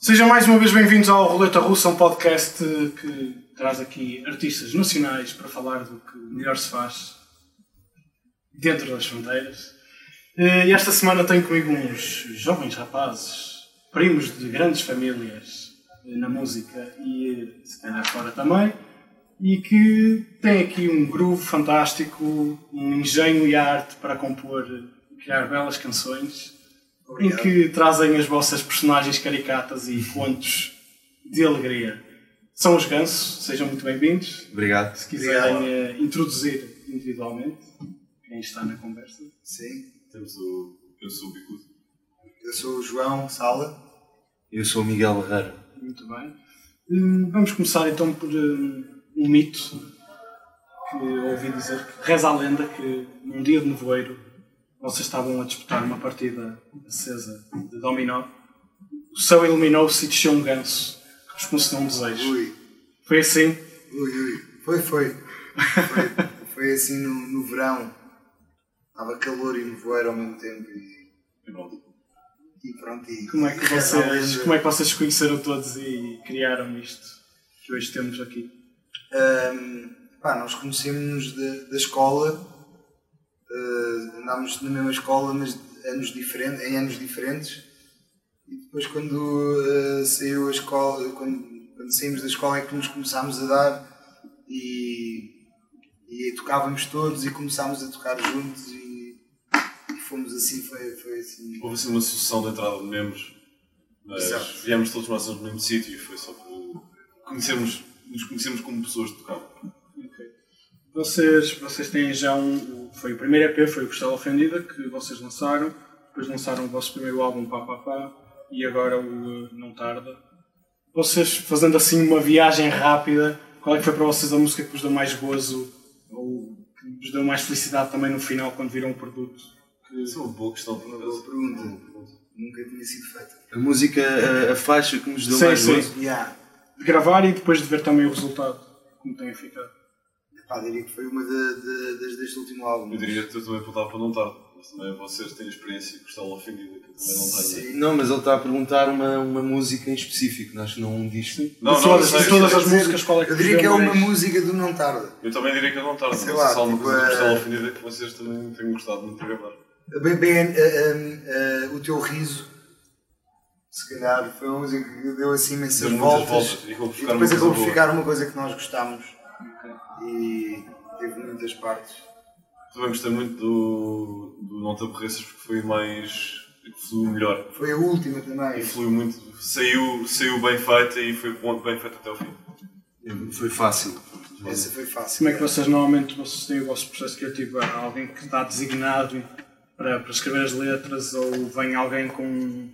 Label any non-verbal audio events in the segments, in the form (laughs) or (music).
Sejam mais uma vez bem-vindos ao Roleta Russa, um podcast que traz aqui artistas nacionais para falar do que melhor se faz dentro das fronteiras. Eh, E esta semana tenho comigo uns jovens rapazes, primos de grandes famílias eh, na música e eh, se calhar fora também, e que têm aqui um groove fantástico, um engenho e arte para compor e criar belas canções em que trazem as vossas personagens caricatas e contos de alegria. São os Ganso, sejam muito bem-vindos. Obrigado. Se quiserem eh, introduzir individualmente quem está na conversa. Sim, Temos o. Eu sou o Bicudo. eu sou o João Sala. Eu sou o Miguel Barreiro. Muito bem. Hum, Vamos começar então por hum, um mito que ouvi dizer que reza a lenda que num dia de nevoeiro vocês estavam a disputar uma partida acesa de dominó. O céu iluminou-se e desceu um ganso que vos concedeu um desejo. Ui, Foi assim? ui, ui. Foi, foi. Foi, (laughs) foi assim no, no verão. Estava calor e nevoeiro ao mesmo tempo. E, e pronto. E, Como (laughs) é, que vocês, Realmente, como é que vocês se conheceram todos e criaram isto que hoje temos aqui? ahm, pá, nós conhecemos-nos da, da escola. ah, andámos na mesma escola, mas anos diferentes, em anos diferentes. E depois, quando ah, saiu a escola, quando, quando saímos da escola, é que nos começámos a dar. E e tocávamos todos e começámos a tocar juntos e, e fomos assim, foi, foi assim. Houve assim uma sucessão de entrada de membros, mas Exato. viemos todos mais ou menos no mesmo sítio e foi só por. Conhecemos, nos conhecemos como pessoas de tocar. Ok. Vocês, vocês têm já um. Foi o primeiro EP, foi o Costela Ofendida, que vocês lançaram. Depois lançaram o vosso primeiro álbum, Pá Pá Pá, e agora o eh, Não Tarda. Vocês, fazendo assim uma viagem rápida, qual é que foi para vocês a música que vos deu mais gozo ou que vos deu mais felicidade também no final quando viram o produto? Isso é uma boa questão, por Uma acaso. boa pergunta. Nunca tinha sido feita. A música, a, a faixa que nos deu Sim, mais sim. gozo. Yeah. De gravar e depois de ver também o resultado, como tenha ficado. Pá, diria que foi uma da- da- das deste último álbum. Eu diria que eu também apontava para não tarde, mas também vocês têm experiência e costela ofendida, que eu também não tenho. Sim. Não, mas ele está a perguntar uma, uma música em específico, nós não um disco. Não, de não, todas, eu sei, de todas eu as sei. músicas, qual é que Eu vos diria deu que é uma mais- música do Não Tarda. Eu também diria que eu não tarde, Sei mas lá, se há alguma tipo, coisa de eh, costela ofendida que vocês também tenham gostado muito de gravar. Bem, bem, ah, ah, ah, o teu riso, se calhar, foi uma música que deu assim imensas Deu voltas. muitas voltas e acabou por E ficar depois uma coisa acabou por boa. ficar uma coisa que nós gostámos. E teve muitas partes. Também gostei muito do, do Não Te Aborreças porque foi mais. fluiu melhor. Foi a última também. E fluiu muito. Saiu, saiu bem feita e foi bom- bem feita até o fim. Foi fácil. Essa foi fácil. Como é que vocês normalmente vocês têm o vosso processo criativo? Há alguém que está designado para, para escrever as letras ou vem alguém com,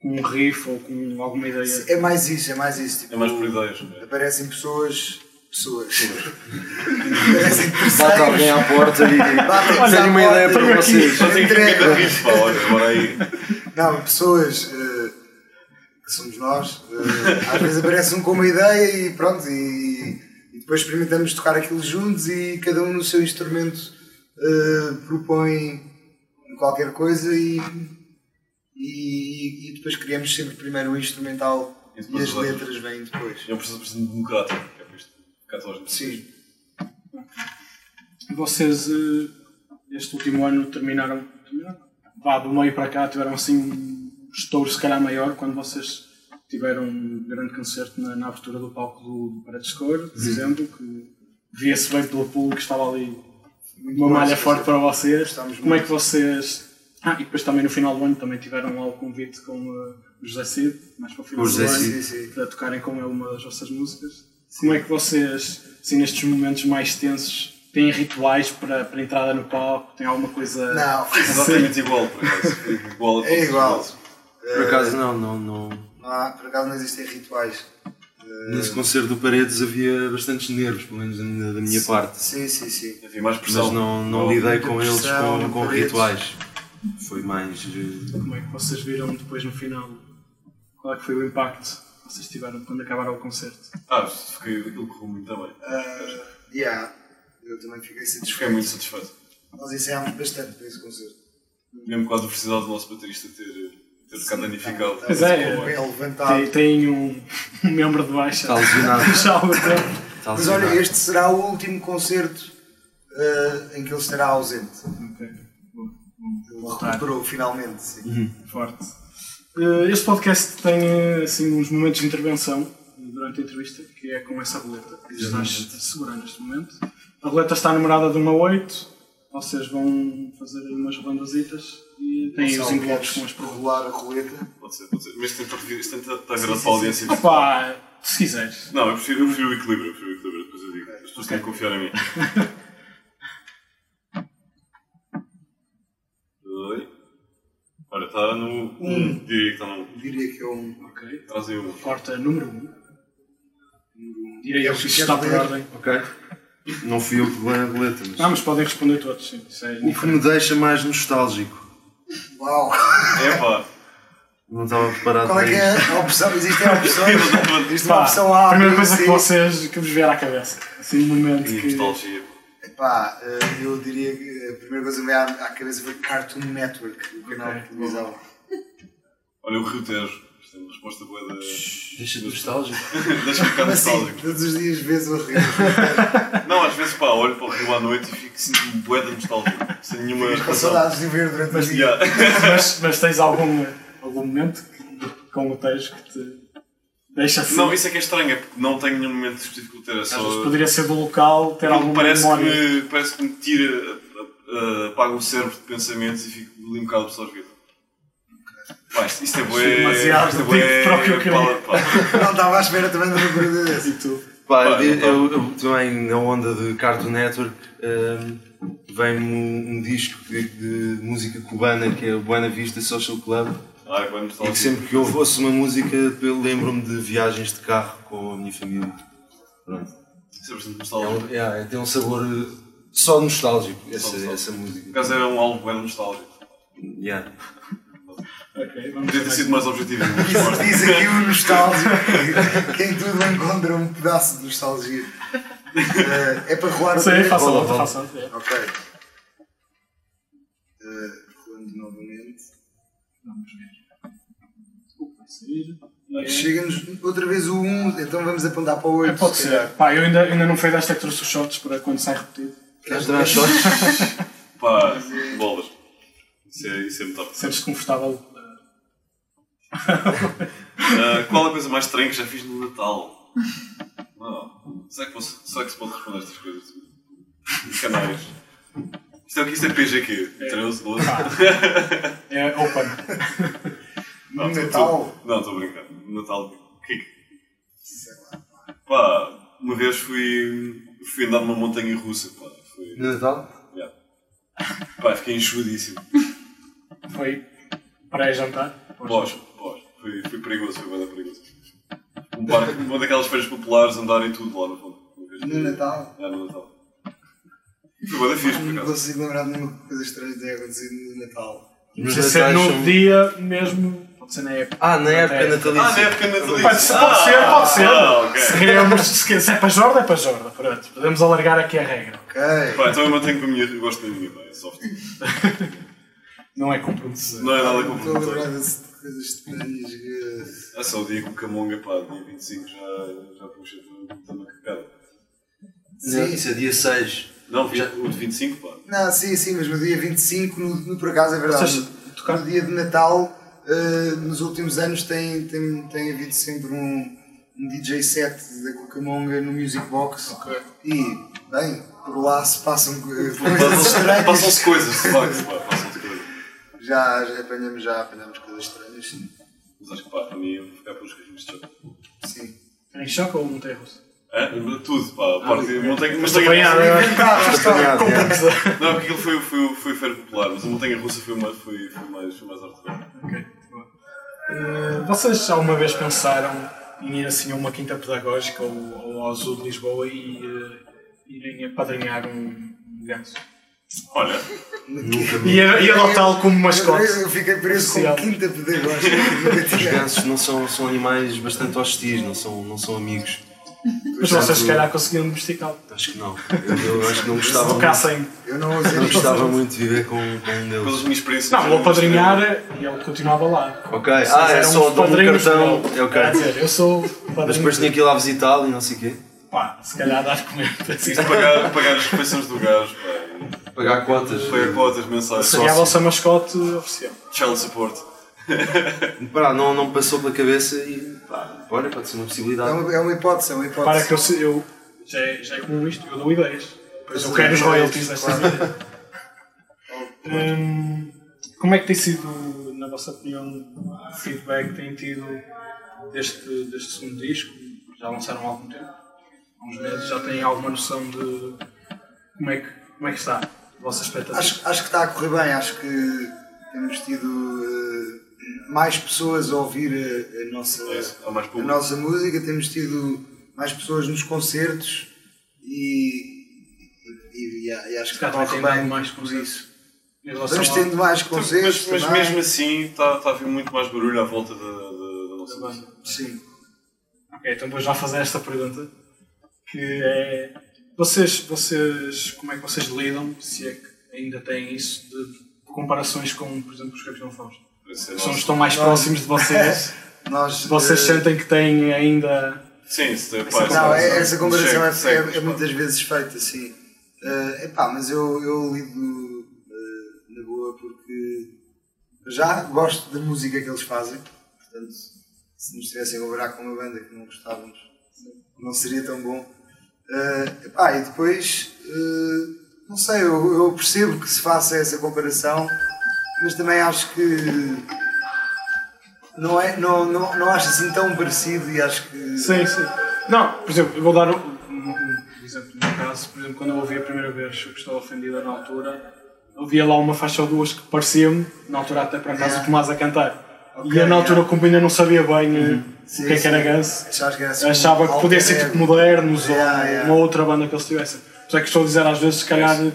com um riff ou com alguma ideia? É mais isso, é mais isso. Tipo, É mais por ideias, não é? Aparecem pessoas. Pessoas. (laughs) aparecem Bate alguém terceiros. à porta e Batem-nos diz: à Tenho uma porta. ideia para vocês. Só tem que Entrega. ficar rico, pá, olha, bora aí. Não, pessoas eh, que somos nós. eh, às vezes aparece um com uma ideia e pronto. E, e depois experimentamos tocar aquilo juntos e cada um no seu instrumento eh, propõe qualquer coisa e, e, e depois criamos sempre primeiro o instrumental E e depois as as letras. letras vêm depois. Eu preciso, preciso de democrático, que é para isto ficar toda a gente. Sim. Vocês eh, este último ano terminaram, terminaram? Vá, do meio para cá tiveram assim um estouro se calhar maior quando vocês tiveram um grande concerto na, na abertura do palco do, do Paredes de Couro, por exemplo, que via-se bem pelo público que estava ali uma malha forte para vocês. Gostamos Como é muito. que vocês. Ah, e depois também no final do ano também tiveram lá o convite com uh, o José Cid, mais para o final O José do ano, Cid, sim, sim. para tocarem com ele uma das vossas músicas. Como é que vocês, assim, nestes momentos mais tensos, têm rituais para, para a entrada no palco? Tem alguma coisa. Não, (laughs) Exatamente igual, por acaso. Foi Igual a É todos os igual. outros. Por acaso, não, não, não. não há, ah, por acaso não existem rituais. Nesse concerto do Paredes havia bastantes nervos, pelo menos da minha, da minha parte. Sim, sim, sim. Havia mais Mas pressão. não, não lidei com eles pressão, com, com Paredes. rituais. Foi mais. eh, Como é que vocês viram depois no final? Qual é que foi o impacto que vocês tiveram quando acabaram o concerto? Ah, fiquei, aquilo correu muito também. Ah, Yeah, eu também fiquei Fiquei satisfeito. é muito satisfeito. Nós ensaiámos bastante para esse concerto. Mesmo quase a felicidade do nosso baterista ter, ter ficado danificado. tá, Pois é, Esse comboio. Bem levantado. Tem, tem um, (laughs) um membro de baixa. Está (laughs) lesionado. Já há algum tempo. Está Mas olha, lesionado. este será o último concerto eh, em que ele estará ausente. Vou- vou Voltar. Recuperou finalmente. Sim. Uhum. forte. Eh, Este podcast tem eh, assim, uns momentos de intervenção eh, durante a entrevista, que é com essa roleta que estás a segurar neste momento. A roleta está numerada de 1 a 8, vocês vão fazer aí umas rondasitas e têm os Gonçalo, envelopes queres com as perguntas. rolar a roleta. Pode ser, pode ser. Mas tenta isto tenta estar virado para a audiência. Opa, se quiseres. Não, eu prefiro, eu prefiro o equilíbrio, eu prefiro o equilíbrio, depois eu digo. As pessoas têm que confiar em mim. Oi. Olha, está no 1, um. diria que está no 1. Diria que é um. Ok. Trazem o 1. Corta número 1. Direi eu Eu É que isto quero está por ler. ordem. Ok. Não fui eu que levei a boleta, mas... Ah, mas podem responder todos, sim. Isso é O que me deixa mais nostálgico. (laughs) Uau! É pá! Não estava preparado Qual é para que é isto. a opção? (laughs) Existem opções. Existe uma é Pá, opção A. primeira B, coisa C. que vocês que vos vier à cabeça. Assim, um momento E a que. nostalgia. Pá, eh, eu diria que a primeira coisa que me veio à à cabeça foi Cartoon Network, o canal de televisão. Olha, o Rio Tejo. Isto é uma resposta boa da. Deixa-te nostálgico. (laughs) Deixa-me ficar Mas sim, nostálgico. Assim, todos os dias vês o (laughs) rio. Não, às vezes pá, olho para o Rio à noite e fico sinto-me bué de nostálgico. Sem nenhuma Com razão. saudades de o ver durante o Mas, dia. yeah. mas, mas tens algum, algum momento que- com o texto que te deixa assim? Não, isso é que é estranho, é porque não tenho nenhum momento específico de ter é essa. Às vezes poderia ser do local, ter alguma parece memória. que, me, parece que me tira, uh, apaga o cérebro de pensamentos e fico ali um bocado absorvido. Pá, isto, isto é bué. demasiado Isto é deep para o que eu queria. pá, pá. Não estava à espera também de uma coisa desse. Pá, Pá, eu, não tá. eu- eu também, na onda de Cartoon Network, hum, vem-me um, um disco de, de música cubana que é o Buena Vista Social Club. Ai, bué E que nostálgico. sempre que eu ouço uma música, eu lembro-me de viagens de carro com a minha família. Pronto. Isso é bastante É nostálgico. um- é, tem um sabor eh, só nostálgico, essa, nostálgico. essa música. Por acaso era um álbum bué nostálgico. Yeah. Ok, vamos ver Podia ter mais. sido mais objetivo. na Diz, resposta. diz aqui o nostálgico. que- que em tudo encontra um pedaço de nostalgia. Eh, é para rolar o Sim, primeiro? faça Bola, outra, bola. faça outra. Ok. Eh, Rolando novamente. Vamos ver. O que vai sair? Chega-nos outra vez o 1, então vamos apontar para o 8. É, Pode ser. Pá, eu ainda, ainda não fui desta que trouxe os shorts para quando sai repetido. Queres dar as sortes? Pá, bolas. Isso é, isso é muito top. Sentes-te confortável. eh, Ah, qual a coisa mais estranha que já fiz no Natal? Não. Será que, posso, será que se pode responder estas coisas? Canais. Isto é, o que- isto é PGQ? 13, 12? É open. Não, No tô- tô- Natal? Não, estou brincando. No Natal, o que é que. Pá, uma vez fui, fui andar numa montanha russa, pá. Fui, No (laughs) Natal? yeah. Pá, fiquei enxudíssimo. Foi pré-jantar. Pós, pós. Foi, foi perigoso, foi bem perigoso. Um parque, uma daquelas feiras populares, andar e tudo lá no fundo. Uma vez- No Natal? É, no Natal. Foi bem fixe, por Não acaso. consigo lembrar de nenhuma coisa estranha que tenha acontecido no Natal. Não Nos precisa ser Natais no são- dia mesmo. Pode ser na época. Ah, na época Até- natalícia. Ah, na época natalícia. Pode ser, pode ser. Ah, Pode ser. Ah, Se ok. queremos, se quer- se é para Jorda, é para Jorda. Pronto, podemos alargar aqui a regra. Ok. Pá, então eu mantenho com a minha, eu gosto da minha, pá, é soft. Não é comprometedor. Não é nada Não estou a complicado. lembrar desse- de coisas estranhas Eh, que. Ah, só o dia com o Camonga, pá, dia 25 já, já puxa de uma cacada. Não, Isso é dia 6. Não, vi- o de 25, pá. Não, sim, sim, mas no dia 25, no, no, por acaso é Ou verdade. seja, no- tocar- No dia de Natal, eh, nos últimos anos, tem, tem, tem havido sempre um, um DJ set da Cucamonga no Music Box. E, bem, por lá se passam eh, coisas Passam- estranhas. Passam-se coisas, de facto, pá, passam-se coisas. Já, já apanhamos, já apanhamos coisas estranhas, sim. Mas acho que, pá, para mim, eu vou ficar pelos carrinhos de choque. Sim. Em choque ou não tem russo? É? Hum. Tudo, pá, Ah, a parte, montanha, montanha Apanhado, russa. (laughs) é. Não, porque aquilo foi, foi, foi feira popular, mas a montanha russa foi, uma, foi, foi mais, foi mais artesanal. Ok, boa. Eh, Vocês alguma vez pensaram em ir assim a uma quinta pedagógica ou, ou ao Zoo de Lisboa e eh, irem apadrinhar um um ganso? Olha, Nunca vi. E, é e adotá-lo como mascote? Eu fiquei preso Especial. com quinta pedagógica. nunca Os (laughs) tinha- gansos não são, são animais bastante hostis, não são, não são amigos. Mas vocês, se calhar, conseguiam domesticá-lo. Acho que não. Eu, eu acho que não gostava muito, Tocassem. Eu não não usaria. gostava muito de viver com, com um Pelas deles. minhas experiências. Não, o apadrinhar e ele continuava lá. Ok, ah, é Eram só os dou um padrinhos cartão. dele. É ok. Quer dizer, eu sou Mas depois tinha padrinho. que ir lá visitá-lo e não sei o quê. Pá, se calhar dá de comer. Sim, de pagar, pagar as refeições do gajo, pá. Pagar cotas. Pagar cotas, mensagens, Seria a vossa mascote oficial. child support. Pá, não, não me passou pela cabeça e pá, olha, pode ser uma É possibilidade. uma, é uma hipótese, é uma Para que eu, hipótese. se- eu já, é- já é comum isto, eu dou ideias. Pois eu é, quero os royalties desta vida. Hum, como é que tem sido, na vossa opinião, o feedback que têm tido deste, deste segundo disco? Já lançaram há algum tempo? Há uns meses já têm alguma noção de como é que, como é que está a vossa expectativa? Acho, acho que está a correr bem, acho que temos tido eh, mais pessoas a ouvir a, a nossa, É, há mais a público. nossa música, temos tido mais pessoas nos concertos e, e, e- e acho que Se calhar está a também correr tem bem mais por isso. Em relação Vamos ao- tendo mais Mas, concertos. mas também. mesmo assim está tá a vir muito mais barulho à volta da, da, da nossa da banda. música. Sim. Ok, então vou já fazer esta pergunta, que é vocês, vocês como é que vocês lidam, se é que ainda têm isso, de comparações com, por exemplo, os Capitão Fausto? Esse é Que São os que nosso- estão mais próximos de vocês. Nós, Vocês eh, sentem que têm ainda. Sim, se tem paz. Não, é- essa comparação é, Segue, é- segue, é muitas vezes feita, sim. Eh, epá, mas eu, eu lido eh, na boa porque já gosto da música que eles fazem. Portanto, se nos tivessem a colaborar com uma banda que não gostávamos, não seria tão bom. Eh, epá, e depois, eh, não sei, eu, eu percebo que se faça essa comparação, mas também acho que não, é, não, não, não acho assim tão parecido e acho que. Sim, sim. Não, por exemplo, eu vou dar um, um- um exemplo no meu caso. Por exemplo, quando eu ouvi a primeira vez o que estava ofendida na altura, havia lá uma faixa ou duas que parecia-me, na altura até por acaso o Tomás a cantar. Ok, e eu na altura, yeah. Uhum. como ainda não sabia bem eh, Sim, o que é que era sim. Guns, Achavas que era assim, achava que algo podia ser leve. tipo modernos ou Yeah, yeah. uma outra banda que eles tivessem. Por isso é que estou a dizer às vezes, se calhar, de,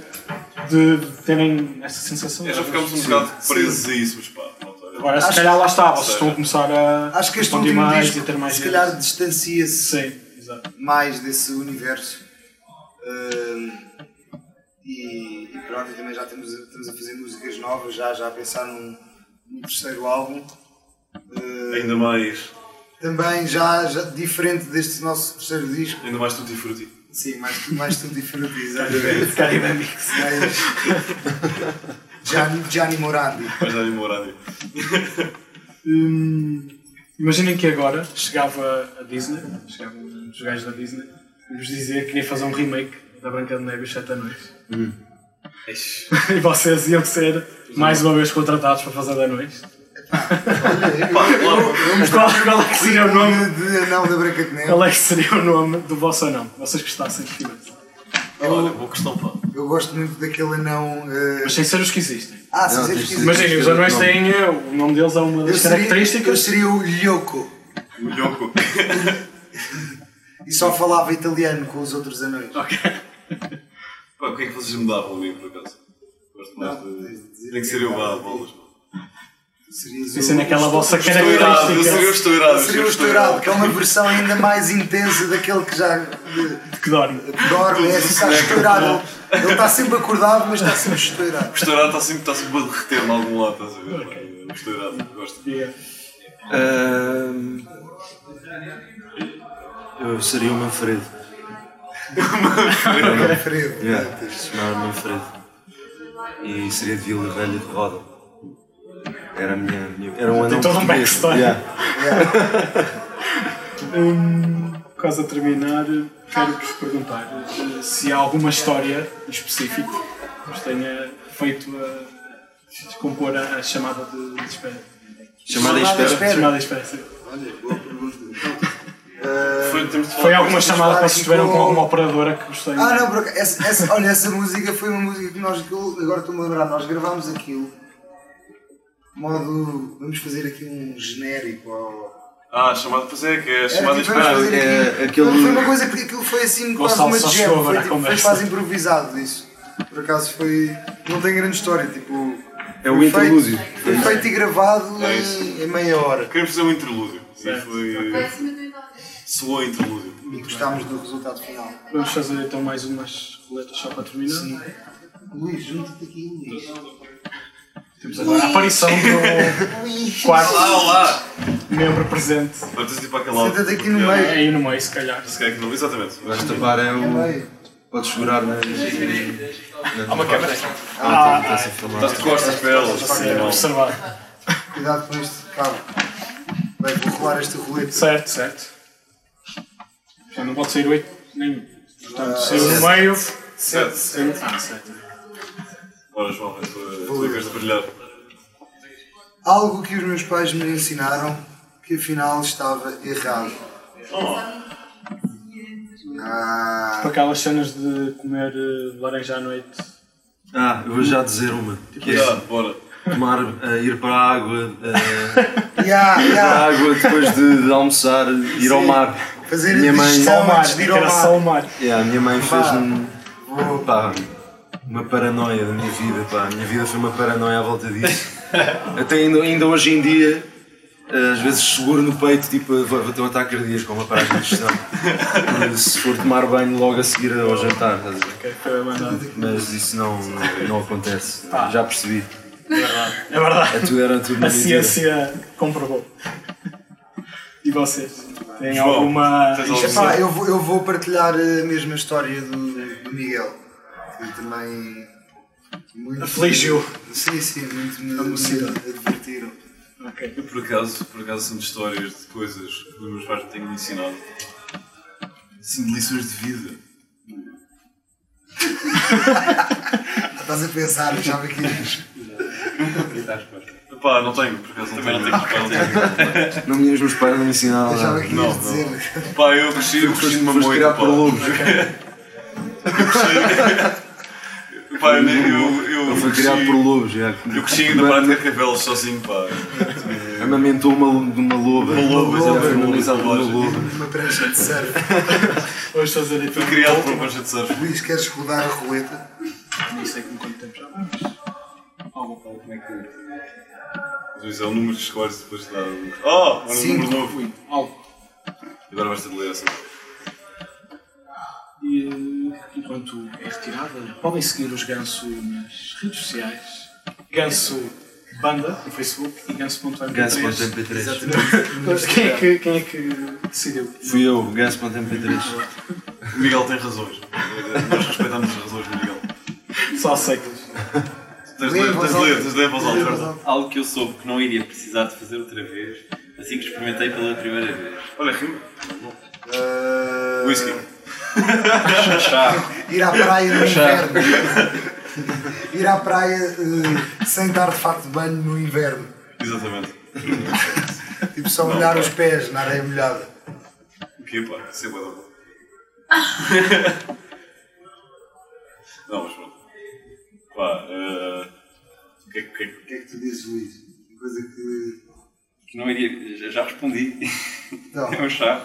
de terem essa sensação. É, já às ficámos um vezes. bocado presos a isso, mas pá, pronto, olha. Agora, se Acho- calhar lá está, vocês Seja. estão a começar a Acho que este expandir último mais disco, e ter mais se gente. calhar, distancia-se Sim, exato. mais desse universo. Ahm, e, e pronto, e também já temos, a- estamos a fazer músicas novas, já, já a pensar num, num terceiro álbum. é- Ah, Ainda mais, também já, já diferente deste nosso terceiro disco. ainda mais tudo frutti. Sim, mais, mais tudo diferente, exatamente. (laughs) Ficar dinâmico. Tá mais Gianni, Gianni Morandi. Mas já nem horário. Hum, imaginem que agora chegava a Disney, chegavam os gajos da Disney, e vos dizia que queria fazer um remake da Branca de Neve e os Sete Anões. Hum. Eish. (laughs) E vocês iam ser, mais uma vez, contratados para fazer anões. Pá, claro, Mas qual, qual é que seria o nome? um De, de Anão da Branca de Neve. Qual é que seria o nome do vosso anão? Vocês gostassem de tivesse. olha, boa questão, pá. Eu gosto muito daquele anão. eh, Mas sem ser os que existem. Ah, sim, Não, sim, tens sim. de- Mas Imaginem, os anões têm. eh, O nome deles é uma eu das seria, eu características. seria o Lyoko O Yoko. e só falava italiano com os outros anões. Ok. (laughs) Pá, o que é que vocês me davam a mim, por acaso? Gosto mais Não, de... tens de dizer Tem que que ser é eu, vá, verdade. bolas, pá. Serias Pensem o- naquela vossa Estou É irado, eu seria o característica estourado. Seria o estourado, que é uma versão ainda mais intensa daquele que já de- de que dorme. que dorme, é, está estourado. Ele está sempre acordado, mas está sempre estourado. O estourado está sempre, está sempre a derreter-me algum lado, estás a ver? pá? O estourado, gosto. Yeah. Ahm, eu seria (laughs) o Manfredo. Manfredo. Yeah, chamava Manfredo. E seria de Vila Velha de Roda. Era a minha. minha- era um anão todo um português. backstory. Yeah. Hum, quase a terminar, quero-vos perguntar eh, se há alguma história em específico que vos tenha feito a descompor a, a chamada de, de espera. Chamada em Chamada em espera. espera. Chamada de espera, sim. Olha, boa pergunta. Foi, temos de falar Foi alguma chamada que vocês Ficou- tiveram com alguma operadora que vos tenha. Ah, não, por acaso, essa, essa- olha, essa música foi uma música que nós, que eu- agora estou-me a lembrar, nós gravámos aquilo, modo, vamos fazer aqui um genérico ao... Ah, chamada, pois é, que é a Era chamada tipo, vamos espera. fazer é, aqui- aquele- Não, Foi uma coisa que aquilo foi assim, quase Gonçalo uma só jam, chegou foi, agora à tipo, foi conversa. quase improvisado isso. Por acaso foi, não tem grande história, tipo... É o foi feito- interlúdio. É Foi feito e gravado É isso. em, em meia hora. Queremos fazer um interlúdio. E Certo. foi. Soou um interlúdio. e gostámos do resultado final. Vamos fazer então mais umas roletas só para terminar. Sim. Luís, junta-te aqui, Luís. Temos agora a aparição do quarto Olá, olá! membro presente. É Partes de para aquele tá lado. Senta-te aqui no porque meio. Aí no meio, se calhar. Se calhar que não. Exatamente. Vais tapar é no o. meio. Podes segurar, mas. Há uma câmera. Ah, tá, tá-se a falar. Estás de costas para elas. Para ser observado. Cuidado com este cabo. Bem, vou rolar este rolete. Certo, certo. Já não pode sair oito nenhum. Portanto, saiu no meio. Certo. Saiu no fim, certo. Ora, João, é a tua- a tua vez de brilhar. Algo que os meus pais me ensinaram que afinal estava errado. Ah, Para aquelas cenas de comer eh, laranja à noite. Ah, eu vou já dizer uma. Que Já, é bora. tomar, eh, ir para a água, eh, yeah, ir para a yeah. água depois de, de almoçar, ir ao mar. Fazer Minha a mãe- Só o digestão mar, antes de ir ao era só mar. o mar. Yeah, É, a minha mãe fez-me Vou- pá, uma paranoia da minha vida. Pá. A minha vida foi uma paranoia à volta disso. Até ainda, ainda hoje em dia, eh, às vezes seguro no peito, tipo, vou, vou ter um ataque cardíaco, uma paragem de digestão. Eh, Se for tomar banho logo a seguir ao jantar, estás a ver? Ok, foi mandado. mas isso não, não, não acontece. Pá. Assim, Já percebi. (laughs) É verdade. É tudo, era tudo uma A mentira. ciência comprovou. E vocês? Têm João, alguma. tens Isto é alguma- pá, Epá, eu, vou, eu vou partilhar a mesma história do, do Miguel, que também muito Afligiu. Sim, sim, muito me, me Adoecido. advertiram. Ok. Eu, por acaso, por acaso, são de histórias de coisas que os meus pais me têm ensinado. Sim, de lições de vida. Ah, Estás a pensar, eu achava que ias. Epá, não tenho, por acaso não Também tenho. Não tenho. Não me os meus pais não me ensinaram Achava nada. que Não, ias não. dizer. (laughs) Pá, eu cresci, eu cresci Foste numa foste moita, criado pá. por lobos. Pá, eu, eu, eu, Ele foi cresci, criado por lobos, já. eu cresci ainda para ter cabelos sozinho, pá. Amamentou É uma, de uma loba. Uma loba, Ele já foi foi uma amamentada por uma loba. loba. Uma prancha de surf. Vamos fazer então. Fui criado por uma prancha de surf. Luís, queres rodar a roleta? Não sei com quanto tempo já vamos. Alguma coisa como é que. Luís, é o número que escolhes depois de dar. Oh, era um Cinco. número novo. Algo. Agora vais ter de ler assim. essa. E enquanto é retirada, podem seguir os Ganso nas redes sociais. Ganso Banda no Facebook e Ganso.mp3. Gas.mp3. Quem, é que, quem é que decidiu? Fui eu, gas.mp3. O Miguel tem razões. Nós respeitamos as razões do Miguel. Só aceitas. Tens de ler, tens de ler, tens de ler em voz alta. Fernando. Algo que eu soube que não iria precisar de fazer outra vez, assim que experimentei pela primeira vez. Olha, rima. Uh, Whisky. Ir à praia no inverno. (laughs) ir à praia uh, sem dar de facto de banho no inverno. Exatamente. Tipo, só molhar os pés é na areia molhada. O quê, pá? Isso é bué da (laughs) bom. Não, mas pronto. Pá, eh, o que é que- o que é que. O que é que tu dizes, Luís? Uma coisa que. Que não iria. Já, já respondi. (laughs) (laughs) Então. É um charro.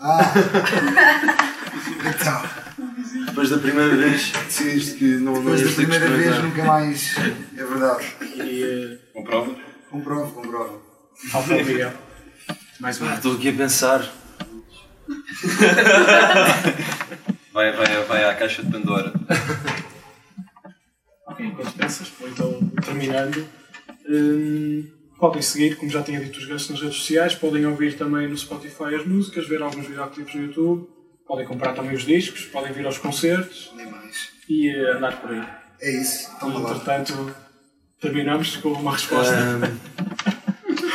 Ah! então. Depois da primeira vez decidiste que não não Depois ias da ter que primeira vez experimentar. nunca mais. É verdade. Um E eh, Comprova? Comprovo, comprovo. falta o Miguel. Mais Ah, uma. Estou aqui a pensar. Vai, vai, vai à caixa de Pandora. Ok, enquanto pensas, vou então terminando. Hum, podem seguir, como já tinha dito, os gastos nas redes sociais, podem ouvir também no Spotify as músicas, ver alguns videoclipes no YouTube, podem comprar também os discos, podem vir aos concertos Nem mais. e eh, andar por aí. É isso. E, Toma lá. entretanto, terminamos com uma resposta. Ahm,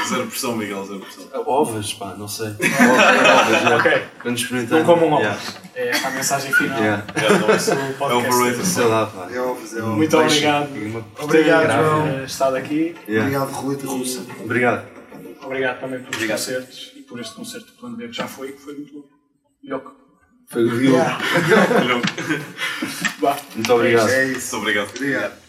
Zero pressão, Miguel, zero pressão. ah, ovas, pá, não sei. Ovas, (laughs) ovas, já. Ok. Quando experimentar. Não comam ovos. É, yeah, É esta a mensagem final yeah. Já, não, isso do É podcast. overrated. Sei lá, pá. É óbvio, é óbvio. Muito obrigado E uma- por terem Obrigado, João. eh, estado aqui. Yeah. Obrigado, Roleta Russa. Obrigado. Obrigado também pelos Obrigado. concertos e por este concerto do Plano B que já foi, que foi muito bom. Yoko. Foi o Diogo. Yeah, Olhão. Vá. Muito obrigado. É isso. Muito obrigado. Obrigado.